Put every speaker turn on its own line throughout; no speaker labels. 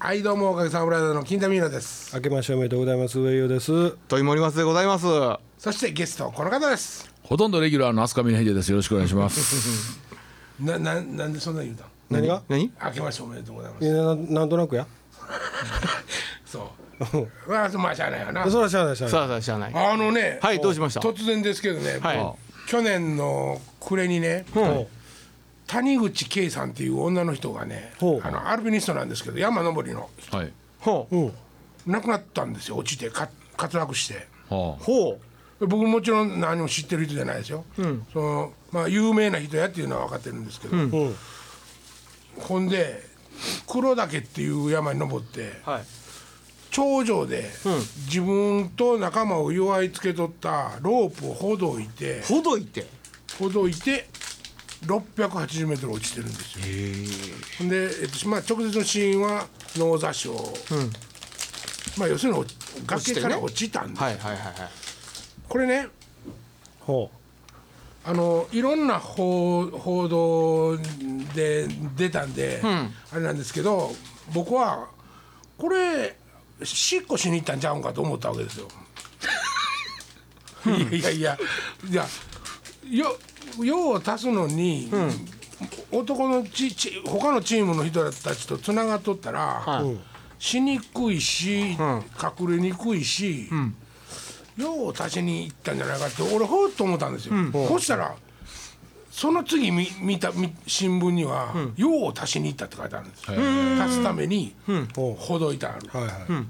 はいどうもおかげさまブラザーズの金田美奈です
明けましておめでとうございます上洋ですよ
問い森松でございます。は
そしてゲストこの方です
ほとんどレギュラーの飛鳥峰秀です。よろしくお願いし ます。
なななんでそんな言うたん
何が
何？
明けましておめでとうございま
いやななんとなくや
す そうまあまあしゃあないよな
そらしゃあないしゃあない
さあさあ知らない。
あのね、
はいどうしました？
突然ですけどね、
は
去年の暮れにね
い。うん。
谷口圭さんっていう女の人がね
ほう
あのアルピニストなんですけど山登りの
はい。
ほう。
うん
亡くなったんですよ落ちてか滑落して
はあ。
ほ
僕もちろん何も知ってる人じゃないですよ、そのまあ、有名な人やっていうのは分かってるんですけど、
うん
ほんで黒岳っていう山に登って
う。はい。
頂上で自分と仲間を弱いつけとったロープをほどいて
ほどいて。
ほどいて680メートル落ちてるんですよ。ほんで、えっとまあ、直接の死因は脳挫傷、まあ要するに崖から落ちたんです、
はいはいはいはい。
これね
ほ
あのいろんな報報道で出たんで、あれなんですけど僕はこれしっこしに行ったんちゃうんかと思ったわけですよ。いやいやいやいやよ用を足すのに、男のちち他のチームの人たちとつながっとったら、
はい。
しにくいし、隠れにくいし、用を足しに行ったんじゃないかって俺ほうと思ったんですよ、そしたらその次見見た見新聞には「用を足しに行った」って書いてあるんですよ足すために
うほ
ほどいたある
うはいは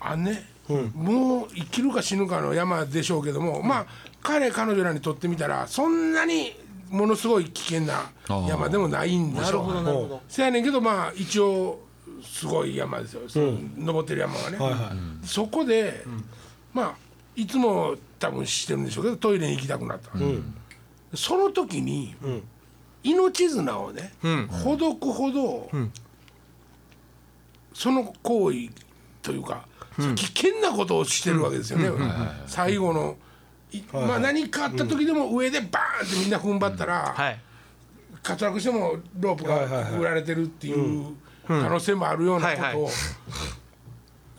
あんね、もう生きるか死ぬかの山でしょうけども、まあ彼彼女らにとってみたらそんなにものすごい危険な山でもないんでしょう
なるほど。
せやねんけどまあ一応すごい山ですよ、その登ってる山はね、
いはいはい
そこで、まあいつも多分してるんでしょうけどトイレに行きたくなった、その時に、命綱をね、ほどくほど、その行為というか、危険なことをしてるわけですよね、最後の。いまあ、何かあった時でも上でバーンってみんな踏ん張ったら、
はい。
滑落してもロープ
はいはい
が
はい
売られてるっていう可能性もあるような
はい
こと
は
を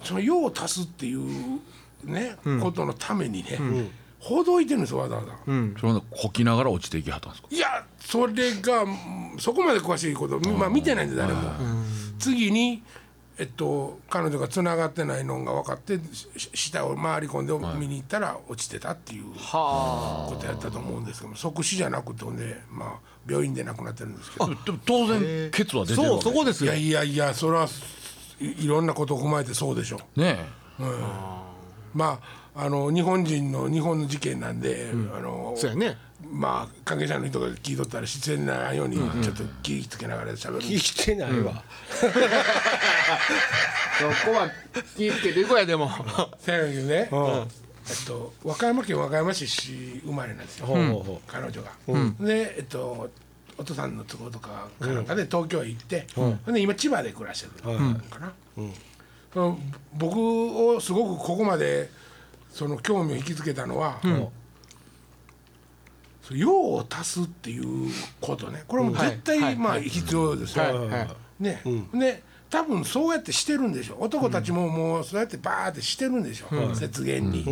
その用を足すっていうねことのためにねほどいてるんですよわざわざ。
それまでこきながら落ちていきはったんですか。
いやそれがうんそこまで詳しいこと、まあ、見てないんで誰も、次に、えっと、彼女がつながってないのが分かってしし下を回り込んで見に行ったら落ちてたっていうことやったと思うんですけども即死じゃなくてほんで、まあ、病院で亡くなってるんですけど
でも当然ケツは出てるわけ
そうそこです
い
よ
や。いやいやそれはいいろんなことを踏まえてそうでしょう
ね
まああの日本人の日本の事件なんで、あの
そうやね。
まあ関係者の人が聞いとったら自然なようにちょっと気ぃつけながら喋るんですけど
い生きてないわ
そこは気ぃつけていこうやでも。 は
せやけどね、えっと、和歌山県和歌山市市生まれなんですよ、
ほうほうほ
彼女が。で、えっと、お父さんの都合とかかなんかで東京へ行って、ほんで今千葉で暮らしてるのかな。その僕をすごくここまでその興味を引きつけたのは、その用を足すっていうことねこれも絶対、
はい
まあ必要ですよ。
いは
ね、で多分そうやってしてるんでしょ男たちももうそうやってバーってしてるんでしょ、雪原に。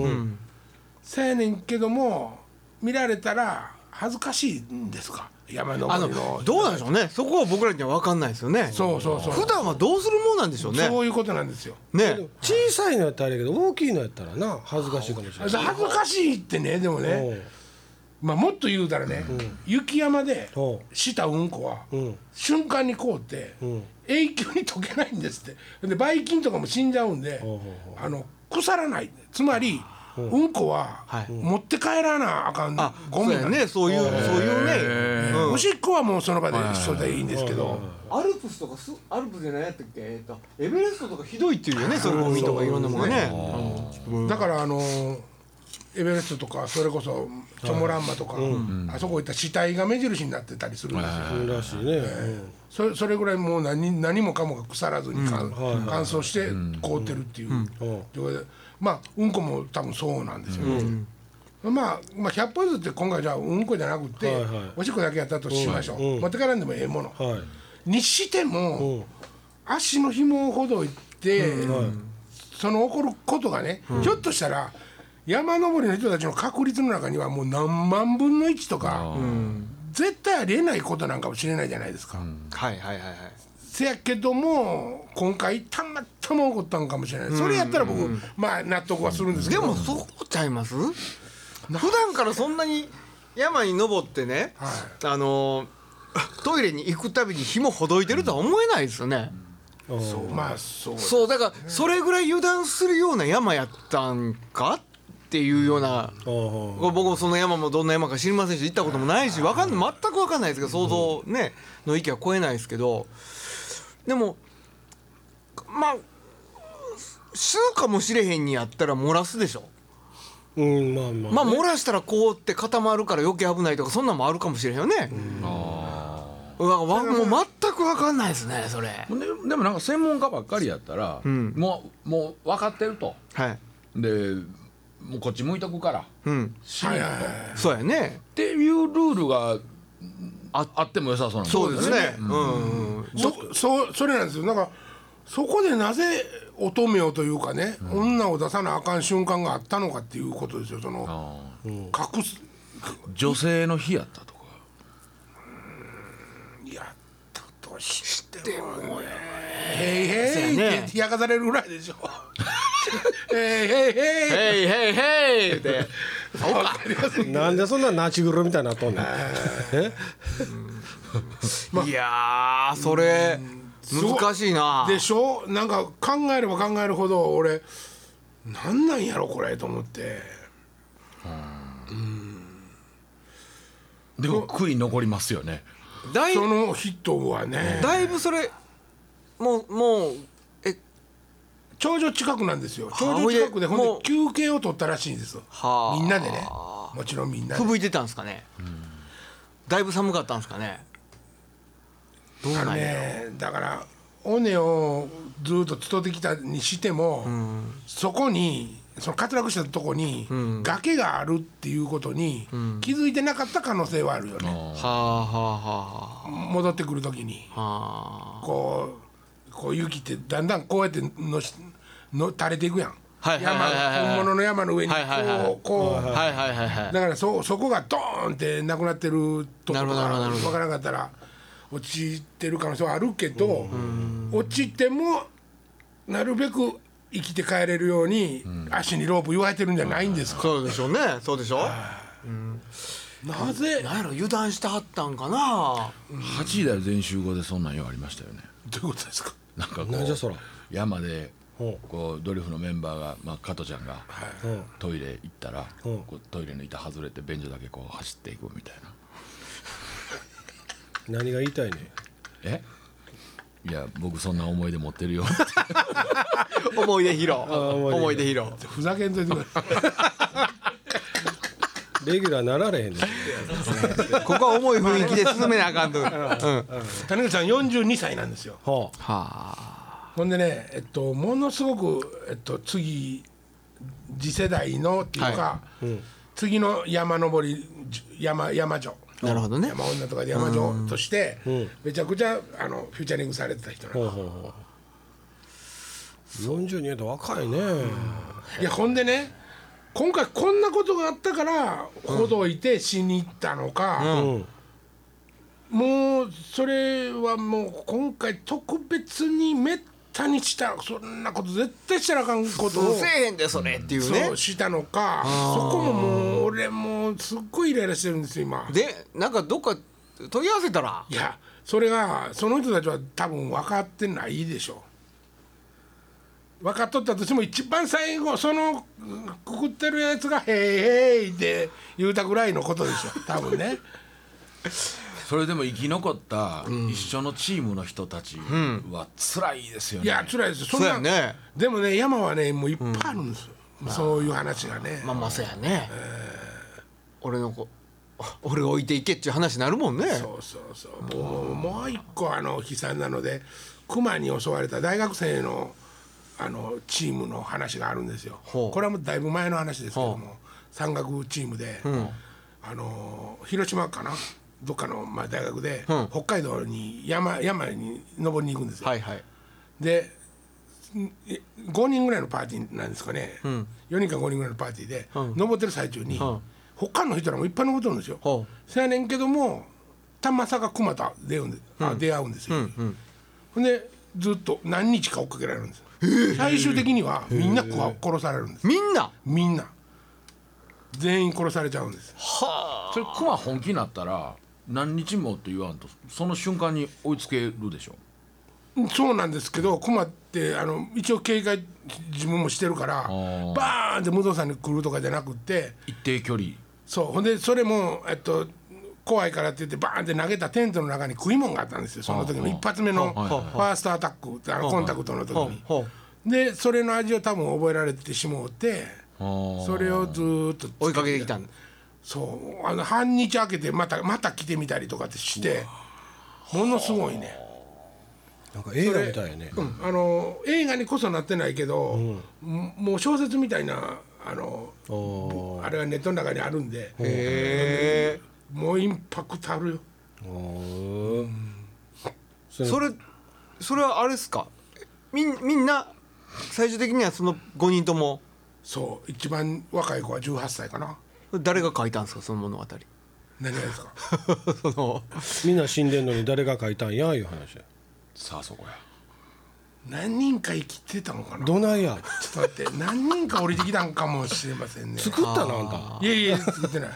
せやねんけども見られたら恥ずかしいんですか山
あ
登りの
のどうなんでしょうね。そこは僕らには分かんないですよね。
そうそうそう
普段はどうするもんなんでしょうね。
そういうことなんですよ。
ね。
小さいのやったらあれやけど大きいのやったらな恥ずかしいかもしれない
恥ずかしいってねでも
ほ
ね、
う
まあ、もっと言うたらね、雪山で
ほ
したうんこは、
うん
瞬間に凍って、永久に溶けないんですってでばい菌とかも死んじゃうんで、
うほ
あの腐らないつまり、うんこは、
はい
持って帰らなあかん
あ、
ゴミ
そう
な
や
んで
ね。
す
そういうそういうね。うん
おしっこはもうその場でそれでいいんですけど、
アルプスとかすアルプスじゃないやったっけ、えー、とエベレストとかひどいっていうよねそのゴミとかいろんなものがね
だからあのーエベレストとかそれこそチョモランマとか、あそこ行った死体が目印になってたりするんですよ、
うらしいね
それそれぐらいもう何何もかもが腐らずに乾,、乾燥して凍ってるっていう
うん
状態で、まあうんこも多分そうなんですよね、まあ、まあ100歩譲って今回じゃあうんこじゃなくて、
はいはい
おしっこだけやったとしましょう、
うん
持ってからんでもええもの、
はい
にしても、
うん
足の紐ほどいて、その起こることがね、ひょっとしたら山登りの人たちの確率の中にはもう何万分の1とか、絶対ありえないことなんかもしれないじゃないですか。
はいはいはいはい
せやけども今回たまたま起こったんかもしれない、それやったら僕、まあ納得はするんですけ
で
ど
もそうちゃいます普段からそんなに山に登ってね、
はい
あのートイレに行くたびに紐ほどいてるとは思えないですよね、
そうまあそう
そうだからそれぐらい油断するような山やったんかっていうような、
お
僕もその山もどんな山か知りませんし行ったこともないしわかんない全くわかんないですけど想像ねの域は超えないですけどでもまあ死ぬかもしれへんにやったら漏らすでしょ
うんまあまあ、
まあ漏らしたらこうって固まるから余計危ないとかそんなんもあるかもしれへんよねうわわもう全くわかんないですねそれ
ででもなんか専門家ばっかりやったら、
ん
もうもう分かってると
はい
でもうこっち向いとくからっ
うん
はいはいはい
そうやね
ていうルールがああっても良さそうなん
そうですね
よ
うんうんうん
そそうそれなんですよなんかそこでなぜ乙女をというかね、女を出さなあかん瞬間があったのかっていうことですよその
あ
隠す
ー女性の日やったとか
やったとしてもねへいへい
そうや
っ
ね
て冷やかされるぐらい でしょへいへいへい
ヘイヘイヘイ って
なんでそんなナチグロみたいになっとんねん
いやーそれ難しいな
でしょなんか考えれば考えるほど俺なんなんやろこれと思って
でも悔い残りますよね
だい
そのヒットはね
だいぶそれもうもうえ
頂上近くなんですよ
あ
頂上近くで
ほいで
ほ
も
ん
う
で休憩を取ったらしいんですよ
はあ
みんなでねもちろんみんなで
吹雪いてたんですかねだいぶ寒かったんですかねどう
あの
なんや
ねだから尾根をずっと伝ってきたにしても、そこにその滑落したとこに崖があるっていうことに気づいてなかった可能性はあるよね、
はあはあは
戻ってくる時に
あはあ
こうこう雪ってだんだんこうやってのしの垂れていくやん、
はいはいはいはいはい
山本物の山の上にこう、
はいはいはい
こう、
はいはいはいはい
だからそそこがドーンってなくなってるとこ
な
ろ
るほ
が
どなるほどなるほど
分からなかったら落ちてる可能性はあるけど落ちてもなるべく生きて帰れるように足にロープ言われてるんじゃないんですか、
そうでしょうねそうでしょ
なぜ
なんやろ油断してはったんかな
8代全集合でそんなんようありましたよね
どういうことですか
なんかこ
なんじゃそうら
山で
ほ
こうドリフのメンバーが、まあ、加トちゃんが
ううん
トイレ行ったら、
うん
こうトイレの板外れて便所だけこう走っていくみたいな
何が言いたいねん
えいや僕そんな思い出持って るよ
思い出披露
思い出披露
思い出披露
ふざけんといてください
レギュラーなられへんでしょ
ここは重い雰囲気で進めなあかんとうん は
谷口さん42歳なんですよ
はあ
あ
ほんでねえっとものすごく、えっと、次次世代のっていうか、次の山登り山山城
なるほどね
山女とかで山城としてめちゃくちゃあのフューチャリングされてた人な
ほ
の
うほうほう42年と若いね
いやほんでね今回こんなことがあったからほどいて死に行ったのか、
うん
もうそれはもう今回特別にめったにしたそんなこと絶対したらあかんこと
そう
を
せえへんでそれっていうね
そうしたのかそこももう俺もうすっごいイライラしてるんですよ今。
でなんかどっか問い合わせたら
いやそれがその人たちは多分分かってないでしょう分かっとったとしても一番最後そのうんくくってるやつが「へいへい」って言うたぐらいのことでしょ多分 ね
それでも生き残った一緒のチームの人たちは辛いですよ
い
ね、
や辛いですよそん
そう
な
やね
でもね山はねもういっぱいあるんですよ、そういう話がね、
まあまあそうやね俺の子俺を置いていけっていう話になるもんね
そうそうそうもうもう一個あの悲惨なので熊に襲われた大学生のあのチームの話があるんですよ
ほ
こ
う
れはもうだいぶ前の話ですけども山岳チームで、あの広島かなどっかのまあ大学で、
うん
北海道に山山に登りに行くんですよ、
はいはい
で5人ぐらいのパーティーなんですかね、4人か5人ぐらいのパーティーで、
うん
登ってる最中に、
うん
他の人らもいっぱい登ってるんですよ。
ほ
そやねんけどもたまさか熊田出会うんで、あ出会うんです
う
よ、
うんうん
ほんでずっと何日か追っかけられるんですよ、最終的にはみんなこわ殺されるんです
みんな
みんな全員殺されちゃうんです
それクマ本気になったら何日もって言わんとその瞬間に追いつけるでしょ
そうなんですけど熊ってあの一応警戒自分もしてるから
ー
バーンって武藤さんに来るとかじゃなくって
一定距離
そうほんでそれも、えっと、怖いからって言ってバーンって投げたテントの中に食い物があったんですよその時の一発目のフ
はいはい
ァーストアタックあのコンタクトの時
ほ
に
う。ほ
でそれの味を多分覚えられてしもうてそれをずーっと
う追いかけてきたんだ
そうあの半日空けてまたまた来てみたりとかってしてものすごいね、
なんか映画みたいね
うん、あの映画にこそなってないけど、ももう小説みたいなあの
お
あれがネットの中にあるんで
へえ
もうインパクトあるよ
お
それそれはあれですかみんみんな最終的にはその5人とも
そう一番若い子は18歳かな
誰が書いたんですかその物語
何がですか
その
みんな死んでんのに誰が書いたんやいう話
さあそこや
何人か生きてたのかなちょっ
どないや
と待って何人か降りてきたんかもしれません ね
作ったのあんた
いやいや作ってない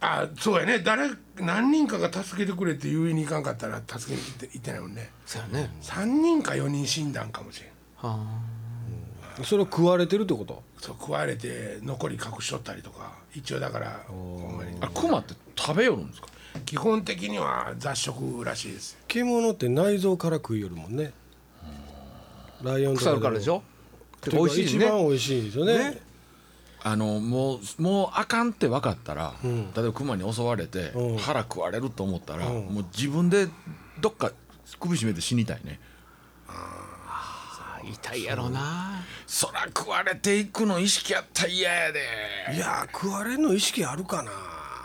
あそうやね誰何人かが助けてくれって言いに行かんかったら助けに行って行ってないもんね
そうやね
3人か4人死んだんかもしれん
は
それを食われてるってこと
そう食われて残り隠しとったりとか一応だからほんまに
あクマって食べよるんですか
基本的には雑食らしいです
獣って内臓から食いよるもんねライオン
あ
とか
腐
で
る
も
からでしょ
という
美
か
味しい
一番
ね
美味しいですよね
ね
あのもうもうあかんって分かったら、例えばクマに襲われて、
うん
腹食われると思ったら、もう自分でどっか首絞めて死にたいね
あ痛いやろうな
そら食われていくの意識やったら嫌やで
いやー食われるの意識あるかな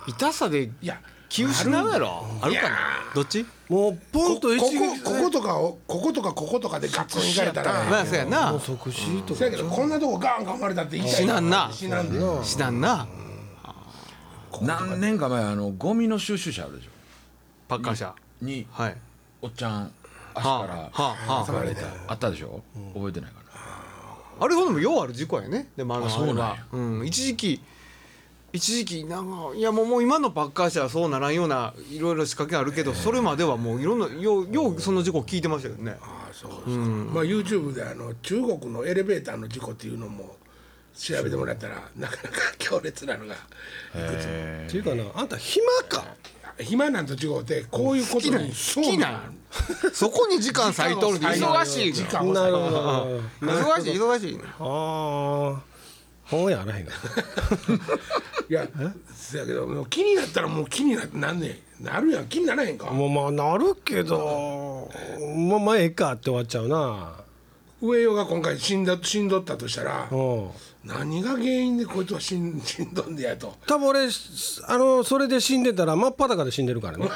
痛さで
いや
気失うやろあるかなどっち
もうポン
こと
一
こ
撃
こことかをこことかこことかでガッツンいかれた
ま
ら
あそうや
も
な
う即死と
そ
か
やけどこんなとこガーン噛まれたって痛い
死なんな
死なんで
死なんな
何年か前あのゴミの収集車あるでしょ
パッカー車
に
はい
おっちゃん
はあ
足か
は
ら
あは
まれた
あったでしょ覚えてないか
ああれほどもようある事故やねでもあの
あそうなんや
あれはうん一時期一時期なんかいやもうもう今のパッカー車はそうならんようないろいろ仕掛けあるけどそれまではもういろんなようようその事故聞いてましたよね
ああそうですか、まあ YouTube であの中国のエレベーターの事故っていうのも調べてもらったらなかなか強烈なのが
なへ
っていうかなあんた暇か
暇なんと違うてこういうこと
好きなん
に
好きなん そこに時間割いとるんで忙しい
時
な
間を
な
割
る
い
ほどなる
忙しい忙しい
ほどああ本やあらへんが
いやそやけどもう気になったらもう気にななんねんなるやん気にならへんか
もうまあなるけ どもうまあええかって終わっちゃうな
上与が今回死んだ死んどったとしたら
うん
何が原因でこいつは死ん死んどんでやと
多分俺すあのそれで死んでたら真っ裸で死んでるからね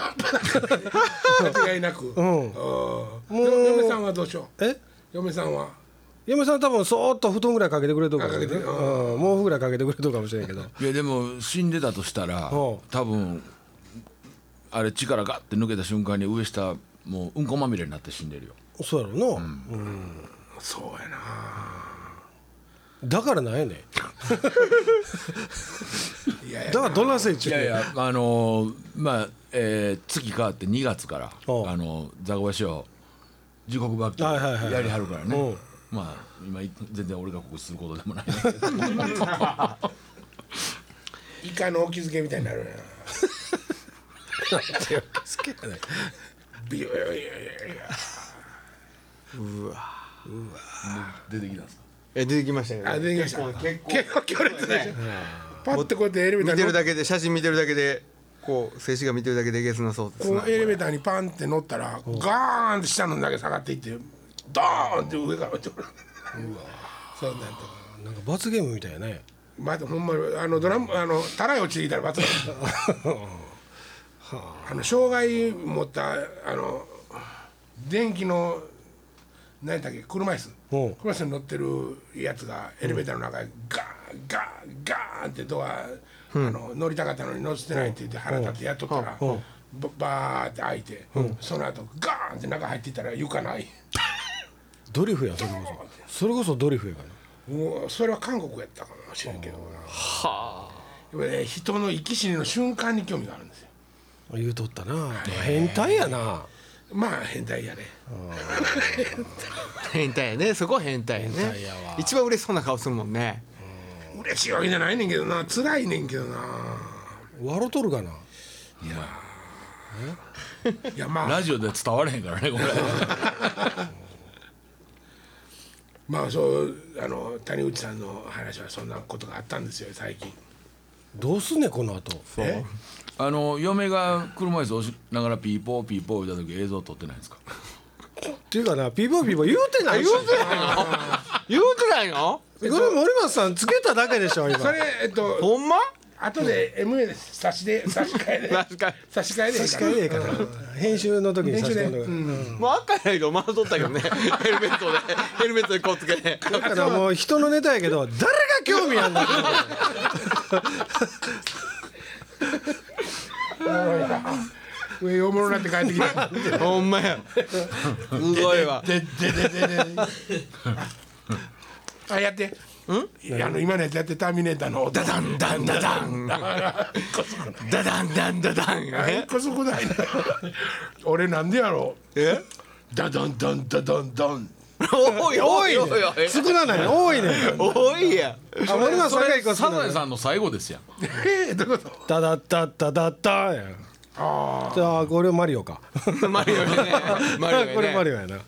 間違いなく、うん、
ん
で嫁さんはどうしよう
え
嫁さんは
嫁さん多分そーっと布団ぐらいかけてくれとるから、
かけて
うん、毛布ぐらいかけてくれとるかもしれんけど
えいやでも死んでたとしたら
ほ
多
う
分あれ力ガッて抜けた瞬間に上下もううんこまみれになって死んでるよ
そうやろな、
そうやな
だからなんやねん
いやいや
だからどんなせいち
いやいや、あのーまあ、えー、月変わって2月から、あ
おう
のー、ザコシを時刻ばっ
はいはい
か
はい
やりはるから
お
ね
う。
まあ、今い全然俺がここすること でもないんだけど
イカのお気づけみたいになるなビュービュービュービュー
出てきたんですか。
え出てきましたよ
あ出てきました結構強烈でしょパッてこうやってエレベーター
見て
に
るだけで写真見てるだけでこう静止画見てるだけでゲスなそうです
こ
な
うエレベーターにパンって乗ったらガーンって下のだけ下がっていってドーンって上から落ちてくるそうなんと
なんか罰ゲームみたいやね
まだほんまにあのドラムあのたらい落ちてきたら罰ゲームあの障害持ったあの電気の何やったっけ車椅子
うん
車椅子に乗ってるやつがエレベーターの中でガーンガーンガーンってドア、あの乗りたかったのに乗せてないって言って腹立ってやっとったら、ばバーって開いて、その後ガーンって中入っていったら床ない
ドリフやそれこそそれこそドリフやから
もうそれは韓国やったかもしれんけどな
は
やっぱね人の生き死にの瞬間に興味があるんですよ
言うとったな、変態やな
まあ変態やね
あ変態やねそこは変態やね
態やわ
一番嬉しそうな顔するもんね
嬉しいわけじゃないねんけどな辛いねんけどな
笑うとるかない
やまあ
ラジオで伝われへんからねこれ
まあそうあの谷口さんの話はそんなことがあったんですよ最近
どうすんねんこの後
え
あの嫁が車椅子押しながらピーポーピーポー言った時映像撮ってないんですか
っていうかなピーポーピーポー言うてない
言うてないの言うてないの
これ森松さんつけただけでしょ今
それえっと
ほんま
後で MA です差しで差し替えで
確か
差し替えで
差し替えでええかな編集の時に
編
差
集
し
で
込んで
う
だ
ん
にもう赤やけど回っとったけ どねヘルメットでヘルメットでこうつけて
からもう人のネタやけど誰が興味あんの
上おもろなって帰ってきた
ほんまやすごいわ
ででででで あやってんあの今のやつやってターミネーターのダダンダンダダ ン
ダダンダンダダン
あれ
え
こそこないな俺なんでやろ
え
うダダンダンダダンダン
おいおいおいおい
少なない多いねん
おいや
あ森松
そ
さんが
れ
一個
サ
少
ザ
な
エ
い
さんの最後ですやん
ええどういうこと
ダダッダッダダッダーやん
あ
じゃあこれマリオか
マリオやねマリオやね
これマリオやな
あ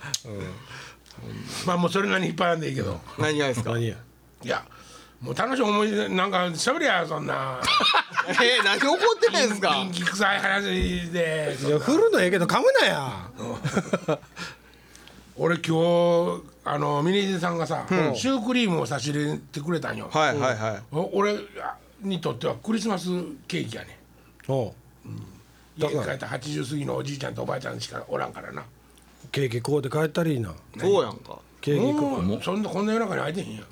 まあもうそれなりに引っ張らんでいいけど
何がですか
何や
いやもう楽しい思い出なんか喋りやそんな
えー、何怒ってないんですか
人気臭い話で
いや振るのええけど噛むなや
俺今日あのミネジさんがさ、シュークリームを差し入れてくれたんよ、
はいはいはい
お俺にとってはクリスマスケーキやね
おう
家帰った80過ぎのおじいちゃんとおばあちゃんしかおらんからな
ケーキこうで帰ったらいいな
そうやんか
ケーキこう
もうそんなこんな夜中に空いてへんやん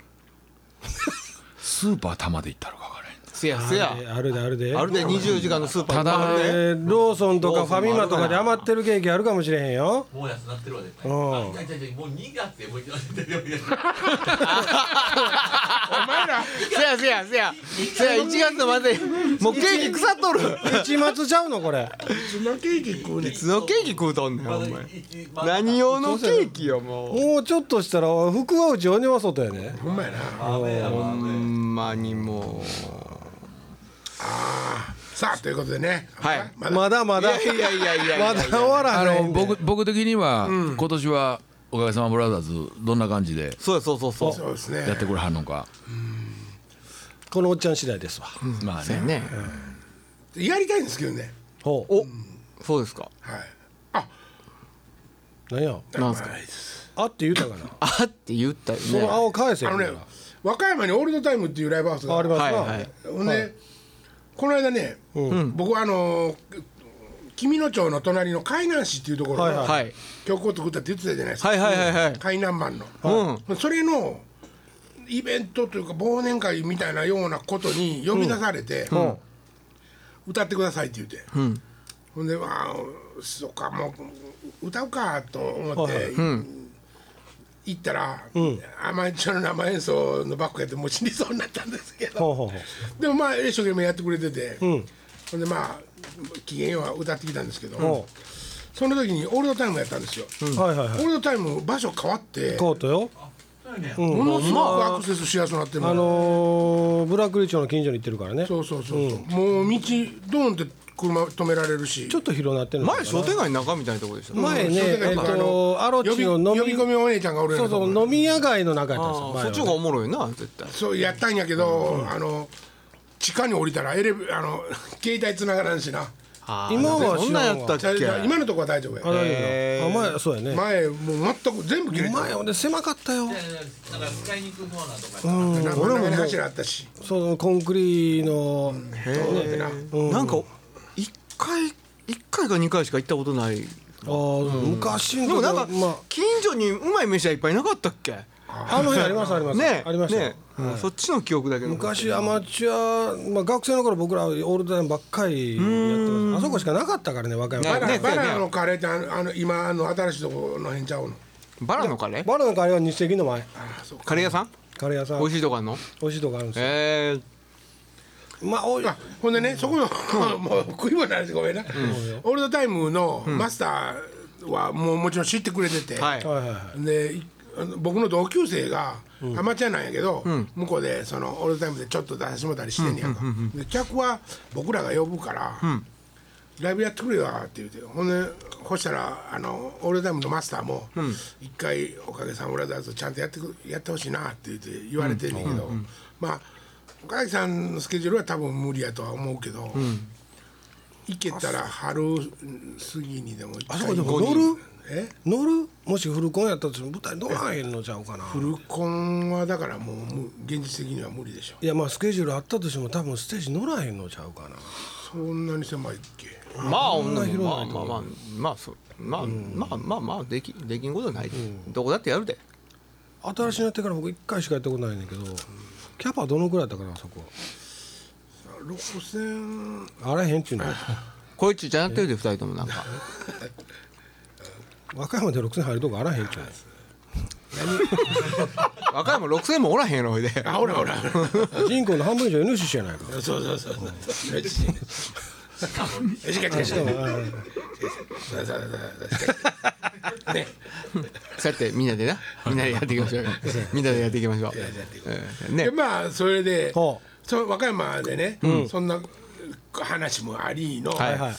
スーパー玉で行ったらかかれへん
せやせや
えあるであるで
あるで24時間のスーパー
ただ
あるで
えーローソンと
ロ
か
ー
フ
ソンもあ
ァ
るか
ミマと
ら
かで余ってるケーキあるかもしれへんよ
もう安なってるわ絶対。
うん
あいやいやいやもう2月でもう一度
お前ら
せやせやせやせや1月のまでもうケーキ腐っとる
一末ちゃうのこれ
そんなケーキ食うねん
いつのケーキ食うとんねんお前何用のケーキよもう
もうちょっとしたら福は内鬼は外やね
ほんまやな
ほんまにも
さあということでね
はい
まだ
まだま
うい
だ
やいやいやいやい
ま
や
だ終わ
あ
らへ
の
んで
僕僕的には、今年はおかげさまブラザーズどんな感じで
そうやそうそうそう
そうです
や
ね
ってくれはんのか、
このおっちゃん次第ですわ
まあ
そうや
ね
ね
やりたいんですけどね
ほう
おそうですか
はいあ
何や
なんすか
まあいいです
あって言うたかな
あって言ったよね
その青返せ
あのね
ほ
和歌山にオールドタイムっていうライブハウスが
らありますな
はいはい
ほんで、この間ね、僕はあの君野町の隣の海南市っていうところが、
はい
はい
曲を作ったって言ってたじゃないですか、
はいはいはいはい
海南版の、
うん
それのイベントというか忘年会みたいなようなことに呼び出されて、歌ってくださいって言って、ほんでまあそっかもう歌うかと思って、行ったら、アマチュアの生演奏のバックやってもう死にそうになったんですけど
ほうほう
でもまあ一生懸命やってくれてて、ほんでまあ機嫌よは歌ってきたんですけど、
ほ
その時にオールドタイムやったんですよ、
うはいはいは
オー
い
ルドタイム場所変わって
コートよ
ものすごくアクセスしやすくなってる
あのーブラックリーチョの近所に行ってるからねち
そうそうそうそう、もう道ドーンって車止められるし
ょっと広なってるのか
前
な
商店街の中みたいなとこでしたね
前ね
商店
え
街
っ
とか
とアロッ
呼び
チの飲
呼び
み
込みお姉ちゃんがおる
そうそう飲み屋街の中やったんですよ
あ
前
そっ
は
ちの方がおもろいな絶対
そうやったんやけど、あの地下に降りたらエレベあの携帯繋がらんしな
あー
今は
そんなんやったっ
じゃあじゃあ
け
今のとこは大丈夫
あ
や
大丈夫だ
へー
あ前そうやね
前もう全く全部切れて
前
た
ほんで狭かったよ
だから使いに行くコーナーとか
なんか長い柱あったし
そのコンクリ
ど
の
うなってな
なんか一回一回か二回しか行ったことない
あー昔の
でもなんか
まあ
近所にうまい飯はいっぱいなかったっけ
あの辺ありますあります、
ね
ありましたよ、
ねそっちの記憶だけど
昔アマチュア、まあ、学生の頃僕らオールドタイムばっかりやってますあそこしかなかったからね和歌山
バ
ね
ラ
ね
バラのカレーってあのあの今あの新しいとこの辺ちゃうの
バラのカレー
バラのカレーは日赤の前
カレー屋さん
カレー屋さん
美味しいとこあるの
美味しいとこあるんですよ
え
まあおい
あほんでねそこの もう食い物なんですごめんな、オールドタイムのマスターはもうもちろん知ってくれてて、
ーはい
はいはいはい
でいあの僕の同級生がアマチュアなんやけど、向こうでそのオールドタイムでちょっと出してもらったりしてんねやんか、で客は僕らが呼ぶから、ライブやってくれよって言うてほんでほしたらあのオールドタイムのマスターも「一、回おかげさん俺らだとちゃんとやってくやってほしいな」って言って言われてんねんけど、まあ岡崎さんのスケジュールは多分無理やとは思うけど、行けたら春過ぎにでも一回
あそこでも乗る
え
乗るもしフルコンやったとしても舞台乗らへんのちゃうかな
フルコンはだからもうむ現実的には無理でしょ
いやまあスケジュールあったとしても多分ステージ乗らへんのちゃうかな
そんなに狭いっけ
まあまあ
広い
まあまあまあまあそうまあまあまあまあできできんことないどこだってやるで
新しいなってから僕1回しかやったことないねんだけどキャパどのくらいだったかなあそこ
6000
あらへんっちゅうの
こいつじゃなってるで二人ともなんか
和歌山で6000入るとこあらへんっちゅうの
若いも6000もおらへんやろほい で
あほらほら
人口の半分以上 NC じゃないか
そうそうそうそうよししかしかしそうそうそうそうね
そうやってみんなでなみんなでやっていきましょ うよみんなでやっていきましょうえーね
でまあそれで
ほ
そ和歌山でね、そんな話もありの、
はいはい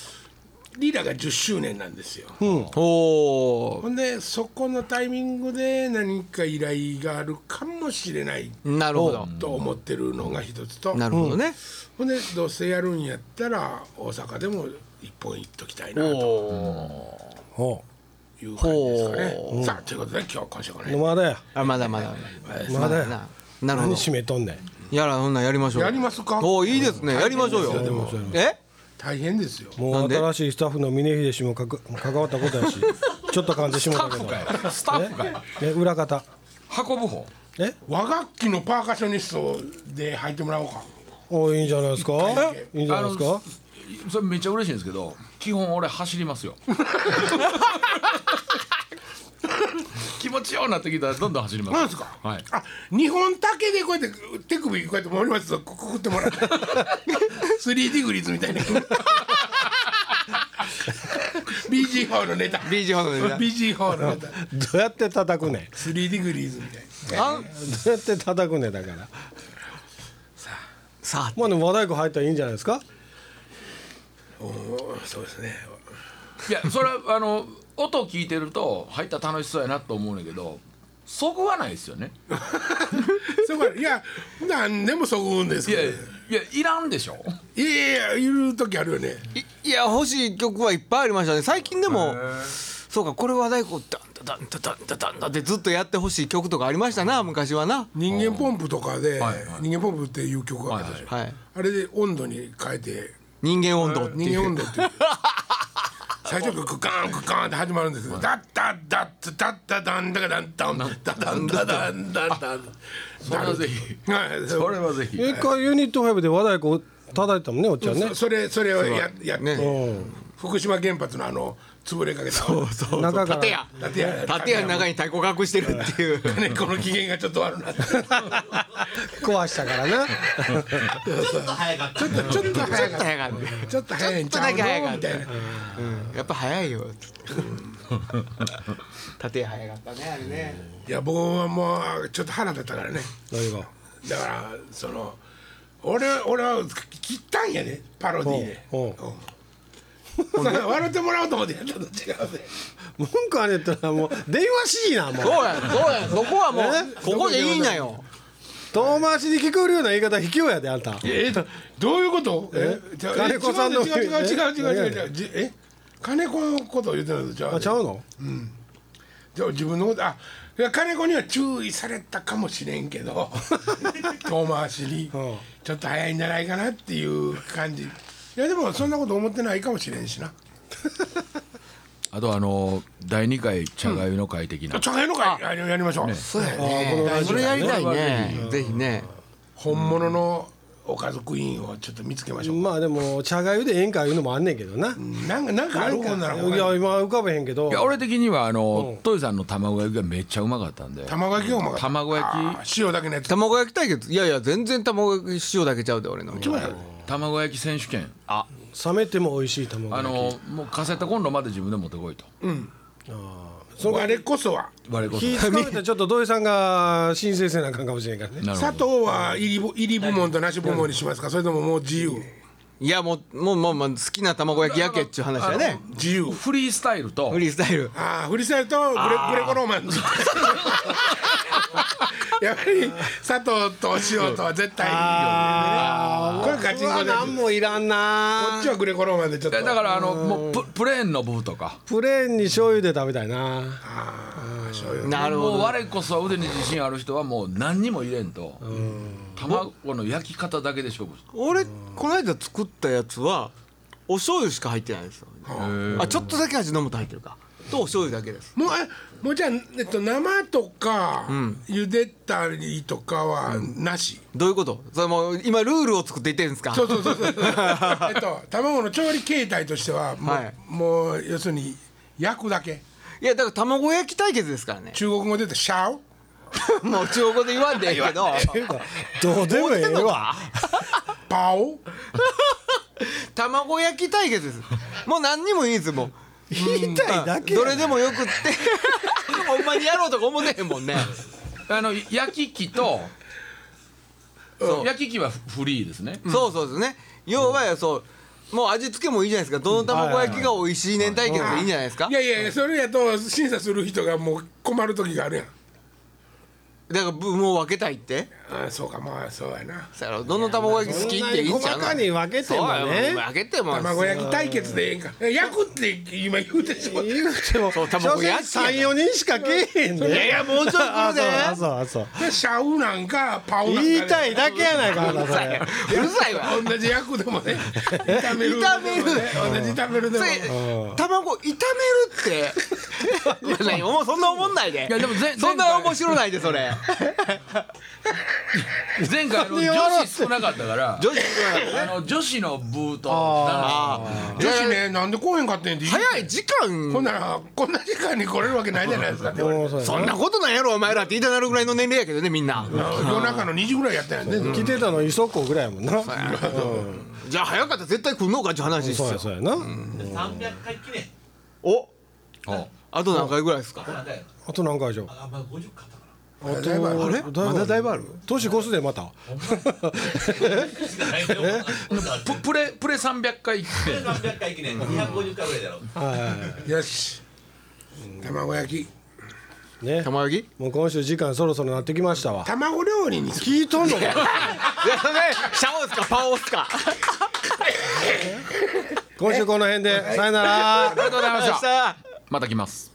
リーダーが10周年なんですよ
お
ほんでそこのタイミングで何か依頼があるかもしれない
ーなるほど
と思ってるのが一つと、
なるほどね
ほんでどうせやるんやったら大阪でも一本行っときたいなと
ほ
いう感じですか
ほ
ね。さあということで今日は今週は
うの
ね
まだや
あまだまだ
まだや
ななるほ
何
ど
閉めとんねん
やらほんならやりましょう
やりますか
おーいいですねやりましょうよ
でも
え
大変ですよ。
も
な
うん
で
新しいスタッフの峰秀氏もかく関わったことやしちょっと感じしもたけど
スタッフが
え裏方
運ぶ方
え
和楽器のパーカッショニストで入ってもらおうか。
おいいんじゃないですか
え
いいんじゃないですか
それめっちゃ嬉しいんですけど基本俺走り ますよ気持ちようなってきたらどんどん走ります
なんですか。
はい
あ日本竹でこうやって手首こうやって守りますとくくってもらって。3D グリーズみたいな。BG ホールのネタ。
BG ホールのネタ
BG ホールのネタ。
どうやって叩くねん
3D グリーズみたいな。
あん
どうやって叩くねんだから
さあ
まあでも和太鼓入ったらいいんじゃないですか
おーそうですね。
いやそれはあの音聞いてると入ったら楽しそうやなと思うねんだけどそぐわないですよね
そこいや何でもそぐうんです
い
け
や
ど
いやいらんでしょ
いやいやいる時あるよね
いいや欲しい曲はいっぱいありましたね最近でもそうかこれは太鼓ダンダンダンダンダンダンってずっとやってほしい曲とかありましたな昔はな
人間ポンプとかで
はいはい
「人間ポンプ」っていう曲があったでしょ
はい
あれで温度に変えて
人間温度っ
「
て
人
い
間温
う
度」っていう最初クカーンクカーンって始まるんですけど「ダッダッダッツダッダダンダカダンダンダダンダダンダダン」
それはぜひ
はい
それはぜひ
一回ユニットファイブで和太鼓叩いたもんねおっちゃんね
そそれそれをややって
ね
福島原発のあの潰れかけたそうそう
中か
縦
ら
や
建屋
縦やの中に太鼓隠してるっていう
ねこの機嫌がちょっと悪なって
壊したからな
ちょっと早かった
ちょっとちょっと早かった
早かった
ちょっと早いんちゃう
ちょっとだけ早
の
かった
みたいな
やっぱ早いよ。 縦早かったね、あれね。
いや僕はもうちょっと腹立ったからね
何が
だからその俺は俺は切ったんやねパロディーで
ほう
うんそれ笑ってもらおうと思ってやったのと違うで
文句あれやったらもう電話しいなもう
そうや、そうや、そこはもう、
え
ここでいいなよ。
遠回しに聞こえるような言い方卑怯やであんた
えどういうことえじゃあ
金子さんの
違う違う違う違う違う違う
え
違うじえ金子のことを言ってたのと違う
あ
で
ちゃうの
じゃあ自分のことあいや金子には注意されたかもしれんけ ど遠回しに
うん
ちょっと早いんじゃないかなっていう感じいやでもそんなこと思ってないかもしれんしな
あとあの第二回茶がゆの会的な、
ちょっとの会あのやりましょう、
そうやねそれやりたいねぜひね
本物のおかずクイーンをちょっと見つけましょう、
まあでも茶がゆでええんかいうのもあんねんけどな、
なんかなんかあるもんなら
いや今浮かべへんけど
いや俺的にはあのトイさんの卵焼きがめっちゃうまかったんで
卵焼きをうまかった
卵焼き
あー塩だけのやつ
卵焼き対決いやいや全然卵焼き塩だけちゃうで俺の
一番やる
卵焼き選手権
冷めても美味しい卵
あ
焼き
のもうカセットコンロまで自分で持ってこいと、
その
あれこそは
我こそ
火使われたらちょっと土井さんが申請せなあかんかもしれんからね
なる
砂
ほど
糖は入りぶ入り部門となし部門にしますかそれとももう自由
いやもうもうもうもう好きな卵焼き焼けっちゅう話やね
自由
フリースタイルと
フリースタイル
ああフリースタイルとグレグレコローマ ンやっぱり砂糖と塩とは絶対いいよねこれガチンコ
あ
で
な
こ
んもいらんな
っちはグレコローマンでちょっ
だ
と
からあのもうププレーンの部とか
プレーンに醤油で食べたいな
なるほ
も
ど
う我こそ腕に自信ある人はもう何にも入れんと卵の焼き方だけで勝負
俺この間作ったやつはお醤油しか入ってないですよあちょっとだけ味の素入ってるかとお醤油だけです
もうえもうじゃあ、えっと、生とか、茹でたりとかはなし、
どういうことそれもう今ルールを作っていってるんですか
そうそうそうそうえっと卵の調理形態としてはもう,、
はい
もう要するに焼くだけ
いやだから卵焼き対決ですからね
中国語で言うとシャオ
もう中国 語で言わんでええけど
どうでもええわ
パオ
卵焼き対決ですもう何にもいいです もう
言いたいだけや
どれでもよくって ほんまにやろうとか思ってへんもんね
あの焼き器とそう焼き器はフフリーですね
そうそうですね要はそうもう味付けもいいじゃないですかどの卵焼きが美味しいねん対決でいいんじゃないですか
いやいやそれやと審査する人がもう困る時があるやん
だから部門を分けたいって
あそうかまあそうやな
そやろどの卵焼き好きっていいんちゃ
細
う
かに分けてもね
そう分けても
卵焼き対決でええんか焼くって今言うてしまった
言うても
そう卵焼きや
34人しかけえへんで、
いやいやもう ちょっ
あ
と
そう
で
あそうあそう
シャウなんかパオなんかで
言いたいだけやないかあなたそれ
うるさいわ
同じ役でもね炒める
炒める
でもね同じ炒めるでも
それ卵炒めるって いや何おもそんな思んないで
いやでも前
そんな面白ないでそれ
前回あの女子少なかったから
女子が
あの女子の部と男
女子ねなんで来へんかってんって言う
早い時
こんな
間
らこんな時間に来れるわけないじゃないですかって言われて
そう
そんなことないやろお前らって言いたなるぐらいの年齢やけどねみんな
夜中の2時ぐらいやったんやね
来てたの磯子ぐらいやもんな
じゃあ早かったら絶対来んのかっていう話です
そう
よ
やそうやな
三百回記念。
お
子の
あと何回ぐらいですか
なんだよ。
あと何回じゃん
あ、まあ、五十買ったか
あとあれまだだいぶある年越すでまた
ら。 三
ププレプレ300回行って
百回記念、二百五十回ぐらいだろ
よし卵焼き
ね
玉 焼き
もう今週時間そろそろなってきましたわ
卵料理にする
聞いとんのか
いやそれシャオっすかパオっすか
今週この辺でさよなら
ありがとうございました
さあ
また来ます